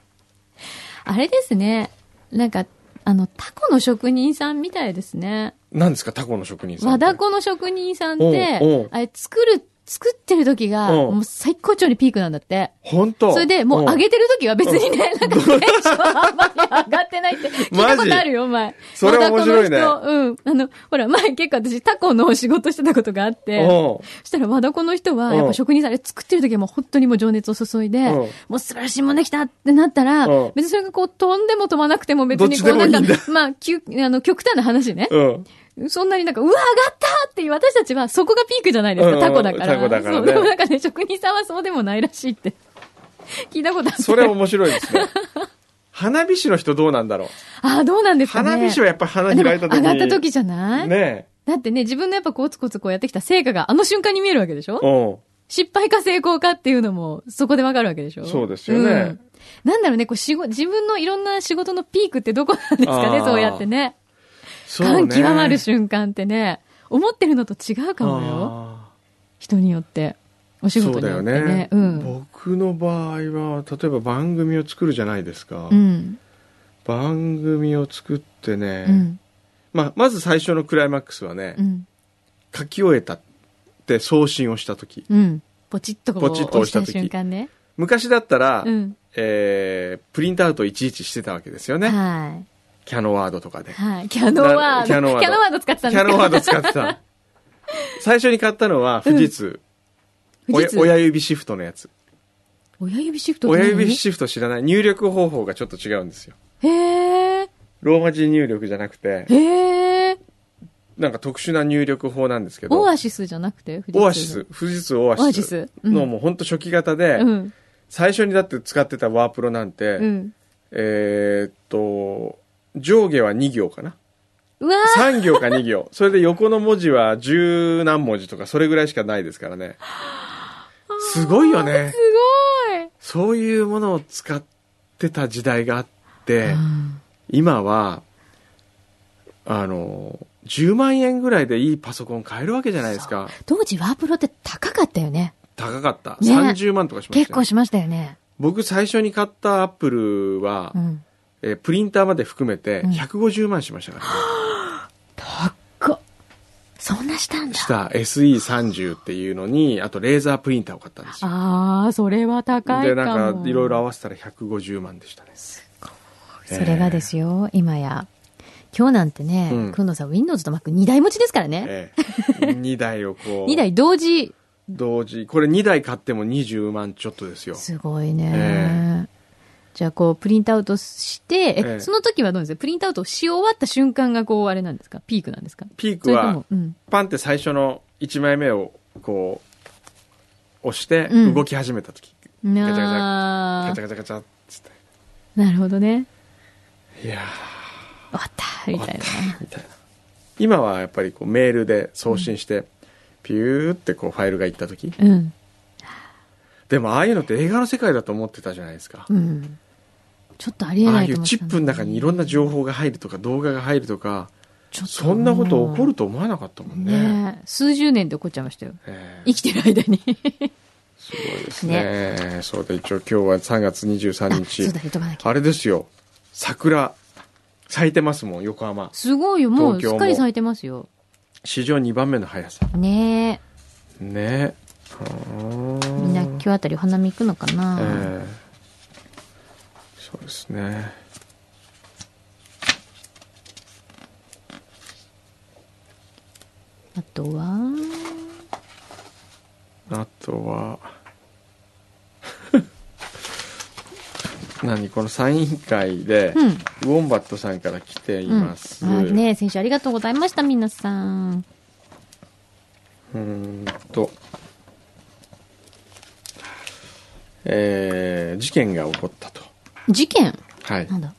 Speaker 1: あれですね。なんか、あの、タコの職人さんみたいですね。
Speaker 2: なんですかタコの職人さん
Speaker 1: 和
Speaker 2: って
Speaker 1: だこの職人さんって、
Speaker 2: おうおう
Speaker 1: あれ作る、作ってる時が、
Speaker 2: うん
Speaker 1: もう最高潮にピークなんだって。
Speaker 2: 本当
Speaker 1: それで、もう上
Speaker 2: ん
Speaker 1: げてる時は別にね、なんかテンションあんまり上がってない って聞いたことあるよ、前。
Speaker 2: それ面白いね
Speaker 1: 和田子の人うん。あの、ほら、前結構私タコの仕事してたことがあって、
Speaker 2: うん
Speaker 1: そしたら和田子の人
Speaker 2: う
Speaker 1: は、
Speaker 2: ん
Speaker 1: やっぱ職人さん、あれ作ってる時はもう本当にもう情熱を注いで、
Speaker 2: うん
Speaker 1: もう素晴らしいもんできたってなったら
Speaker 2: うん、
Speaker 1: 別にそれがこう飛んでも飛ばなくても別にこ
Speaker 2: どっ
Speaker 1: う
Speaker 2: ちでもい
Speaker 1: ない
Speaker 2: ん
Speaker 1: ん
Speaker 2: だ
Speaker 1: か、 まあ、きゅあの、極端な話ね。
Speaker 2: うん
Speaker 1: そんなになんか、うわ、上がったっていう私たちはそこがピークじゃないです
Speaker 2: う
Speaker 1: か、
Speaker 2: ん
Speaker 1: タコだから。
Speaker 2: タコだからね
Speaker 1: そう、でもなんかね、職人さんはそうでもないらしいって。 聞いたことあって。
Speaker 2: それ面白 いですね花火師の人どうなんだろう
Speaker 1: ああ、どうなんですかね。
Speaker 2: 花火師はやっぱり花開いた時
Speaker 1: で
Speaker 2: に
Speaker 1: も上がった時じゃない、
Speaker 2: ね
Speaker 1: だってね、自分のやっぱコツコツこうやってきた成果があの瞬間に見えるわけでしょ
Speaker 2: えうん
Speaker 1: 失敗か成功かっていうのもそこでわかるわけでしょ
Speaker 2: そうですよね
Speaker 1: んなんだろうね、こう仕事、自分のいろんな仕事のピークってどこなんですかね
Speaker 2: あ、ー
Speaker 1: そうやってね。
Speaker 2: そう
Speaker 1: 感
Speaker 2: ね
Speaker 1: 極まる瞬間ってね、思ってるのと違うかもよ。
Speaker 2: あー
Speaker 1: 人によって。お仕
Speaker 2: そ
Speaker 1: 事
Speaker 2: う
Speaker 1: に
Speaker 2: だ
Speaker 1: よ
Speaker 2: よ
Speaker 1: って
Speaker 2: ね
Speaker 1: ね。うん。
Speaker 2: 僕の場合は例えば番組を作るじゃないですか、
Speaker 1: うん。
Speaker 2: 番組を作ってね、
Speaker 1: うん。
Speaker 2: まあ、まず最初のクライマックスはね、
Speaker 1: うん。
Speaker 2: 書き終えたって送信をした時
Speaker 1: うん。ポチッとこう、
Speaker 2: ポチッと押した時
Speaker 1: 瞬間ね。
Speaker 2: 昔だったら、
Speaker 1: うん。
Speaker 2: えープリントアウトいちいちしてたわけですよね、
Speaker 1: は
Speaker 2: キャノワードとかで
Speaker 1: い。はい。キャノワード。
Speaker 2: キャノワード
Speaker 1: キャノワード使って
Speaker 2: キ
Speaker 1: たんです
Speaker 2: ャ
Speaker 1: か
Speaker 2: ノワ ード使ってた最初に買ったのは富士通、
Speaker 1: 富士通
Speaker 2: おや親指シフトのやつ
Speaker 1: 親指シフトって
Speaker 2: 親
Speaker 1: 何
Speaker 2: 指シフト知らない入力方法がちょっと違うんですよ
Speaker 1: へー。
Speaker 2: ローマ字入力じゃなくて
Speaker 1: へー。
Speaker 2: なんか特殊な入力法なんですけど
Speaker 1: オアシスじゃなくて
Speaker 2: オアシス。、富士通オ
Speaker 1: オ
Speaker 2: ア
Speaker 1: アシ
Speaker 2: シス
Speaker 1: ス
Speaker 2: の
Speaker 1: うん
Speaker 2: もう本当初期型で、
Speaker 1: うん。
Speaker 2: 最初にだって使ってたワープロなんて、
Speaker 1: うん。
Speaker 2: えーっと、上下は2行かな。
Speaker 1: うわー。
Speaker 2: 3行か2行。それで横の文字は十何文字とかそれぐらいしかないですからね。すごいよね
Speaker 1: す。ごい。
Speaker 2: そういうものを使ってた時代があって、
Speaker 1: うん
Speaker 2: 今は、あの、10万円ぐらいでいいパソコン買えるわけじゃないですか。
Speaker 1: 当時ワープロって高かったよね。
Speaker 2: 高かった。
Speaker 1: ね
Speaker 2: 30万とかしましたよ、
Speaker 1: 結構しましたよね。
Speaker 2: 僕最初に買ったアップルは、
Speaker 1: うん。
Speaker 2: えープリンターまで含めて
Speaker 1: うん
Speaker 2: 150万しましたからね、
Speaker 1: 高っ。そんなしたんだ
Speaker 2: し。た SE30 っていうのにあとレーザープリンターを買ったんですよ
Speaker 1: あー、それは高いか
Speaker 2: で
Speaker 1: も。
Speaker 2: なんかいろいろ合わせたら150万でしたねえー
Speaker 1: それがですよ、今や。今日なんてね、
Speaker 2: うん
Speaker 1: くんのさん、Windows と Mac2 台持ちですからね。
Speaker 2: ええ2台 をこう
Speaker 1: 2台同時。
Speaker 2: 同時これ2台買っても20万ちょっとですよ
Speaker 1: すごいね。
Speaker 2: え
Speaker 1: じゃあ、こう、プリントアウトして、え
Speaker 2: ええ
Speaker 1: その時はどうですかプリントアウトし終わった瞬間が、こう、あれなんですかピークなんですか
Speaker 2: ピー
Speaker 1: そ
Speaker 2: ク
Speaker 1: れと
Speaker 2: は
Speaker 1: も、うん。
Speaker 2: パンって最初の1枚目をこう押して
Speaker 1: うん
Speaker 2: 動き始めた時、
Speaker 1: な
Speaker 2: ガ
Speaker 1: あ
Speaker 2: チャガチャガチャっつっ
Speaker 1: なるほどね。
Speaker 2: ていや
Speaker 1: 終わった、みたいな。
Speaker 2: みたいな今はやっぱりこうメールで送信して、ピューってこうファイルがいった時
Speaker 1: うん。
Speaker 2: でもああいうのって映画の世界だと思ってたじゃないですか、
Speaker 1: うん。ちょっとありえ
Speaker 2: ああ
Speaker 1: ない
Speaker 2: い
Speaker 1: と
Speaker 2: う
Speaker 1: 思っ
Speaker 2: チ
Speaker 1: てた
Speaker 2: ッ
Speaker 1: ん
Speaker 2: プ
Speaker 1: だ
Speaker 2: の中にいろんな情報が入るとか動画が入るとか
Speaker 1: ちょっと
Speaker 2: そんなこと起こると思わなかったもんね
Speaker 1: ねえ数十年で起こっちゃいましたよ。
Speaker 2: ええ
Speaker 1: 生きてる間に。
Speaker 2: すごいですねそうだ一応今日は3 月
Speaker 1: あ、
Speaker 2: 23
Speaker 1: そう
Speaker 2: 日
Speaker 1: だね、飛ばなきゃ。
Speaker 2: あれですよ桜咲いてますもん横浜
Speaker 1: すごいよ、もう
Speaker 2: 東京
Speaker 1: す
Speaker 2: も
Speaker 1: っかり咲いてますよ。
Speaker 2: 史上2番目の速さ
Speaker 1: ね
Speaker 2: ね
Speaker 1: え。みんな
Speaker 2: え
Speaker 1: 今日あたりお花見行くのかな、
Speaker 2: ええそうですね
Speaker 1: あとは、
Speaker 2: あとは 何このサイン会で、
Speaker 1: うん
Speaker 2: ウォンバットさんから来てい
Speaker 1: うん。
Speaker 2: ます、
Speaker 1: あねえ、先週ありがとうございました、皆さん。
Speaker 2: うーんとえー事件が起こったと
Speaker 1: 事件
Speaker 2: はい
Speaker 1: なんだ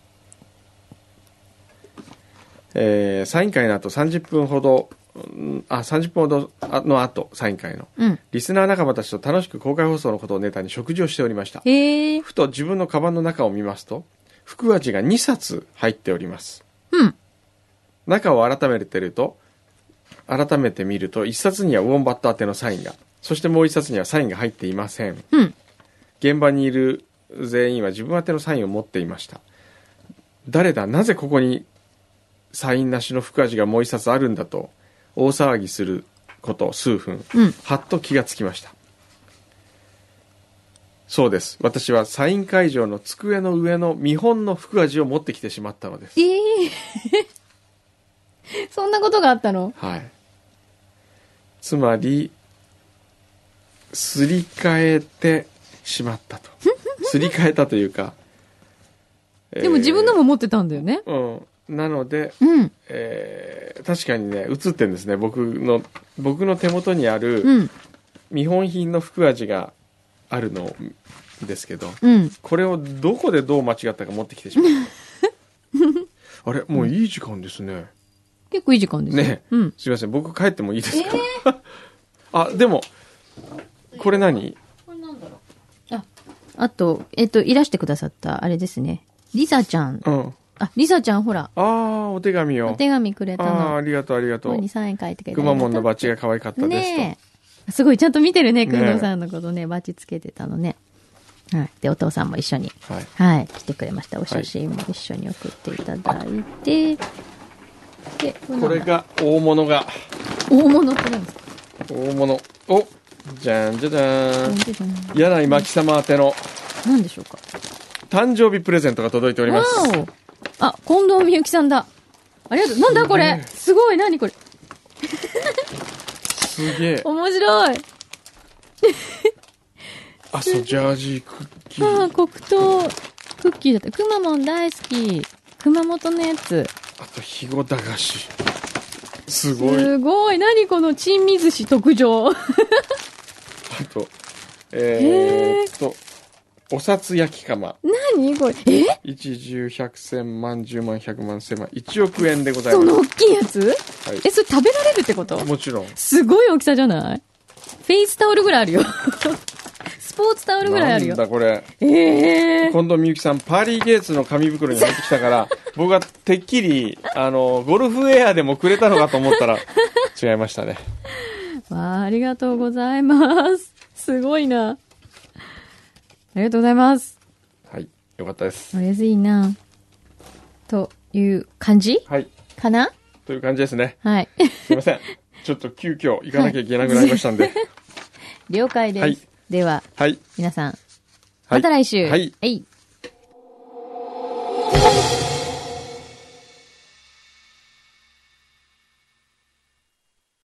Speaker 2: えーサイン会の後30分ほどうんあ30分ほどあの後サイン会の
Speaker 1: うん。
Speaker 2: リスナー仲間たちと楽しく公開放送のことをネタに食事をしておりました
Speaker 1: ええ
Speaker 2: ふと自分のカバンの中を見ますと、福味が2冊入っております。
Speaker 1: うん。
Speaker 2: 中を改めてると改めて見ると一冊にはウォンバット宛てのサインがそしてもう一冊にはサインが入っていません
Speaker 1: うん。
Speaker 2: 現場にいる全員は自分宛てのサインを持っていました誰だなぜここにサインなしの福味がもう一冊あるんだと大騒ぎすること数分、
Speaker 1: うん
Speaker 2: はっと気がつきましたそうです私はサイン会場の机の上の見本の福味を持ってきてしまったのです
Speaker 1: ええ そんなことがあったの
Speaker 2: はいつまりすり替えてし まったとすり替えたというか
Speaker 1: でも自分のも持ってたんだよね。
Speaker 2: うん、なので、
Speaker 1: うん。
Speaker 2: えー確かにね映ってるんですね僕の僕の手元にあ
Speaker 1: う
Speaker 2: る
Speaker 1: ん。
Speaker 2: 見本品の福味があるのですけど
Speaker 1: うん。
Speaker 2: これをどこでどう間違ったか持ってきてしまった あれもういい時間ですね
Speaker 1: 結構いい時間ですよ
Speaker 2: ね
Speaker 1: うん。
Speaker 2: すいません僕帰ってもいいですか、 あでもこれ何
Speaker 1: これなんだろう。あ、あと、えっと、いらしてくださった、あれですね。リサちゃん。
Speaker 2: うん
Speaker 1: あ、リサちゃんほら、
Speaker 2: ああお手紙
Speaker 1: お
Speaker 2: を
Speaker 1: 手紙くれた
Speaker 2: ああーあ
Speaker 1: の。
Speaker 2: りがとうありがと
Speaker 1: ここ
Speaker 2: う
Speaker 1: にサイン書いてくれた。
Speaker 2: くまモンの
Speaker 1: バッ
Speaker 2: バッジが可愛かったですと、
Speaker 1: ねえ。すごい、ちゃんと見てるね、
Speaker 2: ね
Speaker 1: くんどうさんのことね、バッチつけてたのね。はい。で、お父さんも一緒に、
Speaker 2: はい、
Speaker 1: はい、来てくれました。お写真も一緒に送っていただいて、で、
Speaker 2: これが大物が
Speaker 1: 大物って何ですか
Speaker 2: 大物おじゃんじゃじゃ
Speaker 1: なん
Speaker 2: ん
Speaker 1: ていうの
Speaker 2: 柳井真紀様宛ての
Speaker 1: 何でしょうか
Speaker 2: 誕生日プレゼントが届いており
Speaker 1: わ
Speaker 2: ます
Speaker 1: おあ、近藤みゆきさんだ。ありがとう。なんだこれすごい、何これ
Speaker 2: すげえ
Speaker 1: 面白い。
Speaker 2: あそうジャージークッキ
Speaker 1: ああ、
Speaker 2: ー
Speaker 1: 黒糖クッキーだった。くまモン大好き。熊本のやつ。
Speaker 2: あとひご駄菓子すごい
Speaker 1: すごい。何この珍味寿司特上。
Speaker 2: あとえー、っとお札焼き釜
Speaker 1: 何これ。え
Speaker 2: 一十百千万十万百万千万一億円でござい
Speaker 1: その
Speaker 2: ま
Speaker 1: 大きいやつ
Speaker 2: す、はい
Speaker 1: え、それ食べられるってこと
Speaker 2: もちろん
Speaker 1: すごい大きさじゃないフェイスタオルぐらいあるよ。 スポーツタオルぐらいある
Speaker 2: なんだ
Speaker 1: よ。
Speaker 2: これ
Speaker 1: ええー。
Speaker 2: 近藤みゆきさんパーリーゲイツの紙袋に入ってきたから 僕がてっきりあのゴルフウェアでもくれたのかと思った ら違いましたね
Speaker 1: わあ、ありがとうございます。すごいな。ありがとうございます。
Speaker 2: はいよかったです
Speaker 1: おやすいな。という感じ
Speaker 2: はい
Speaker 1: かな
Speaker 2: という感じですね
Speaker 1: はい。
Speaker 2: すいませんちょっと急遽行かなきゃいけなくなりました んで
Speaker 1: 了解です。
Speaker 2: はい
Speaker 1: では、
Speaker 2: はい
Speaker 1: 皆さん、
Speaker 2: は
Speaker 1: ま
Speaker 2: い
Speaker 1: た来週。
Speaker 2: はい
Speaker 1: えい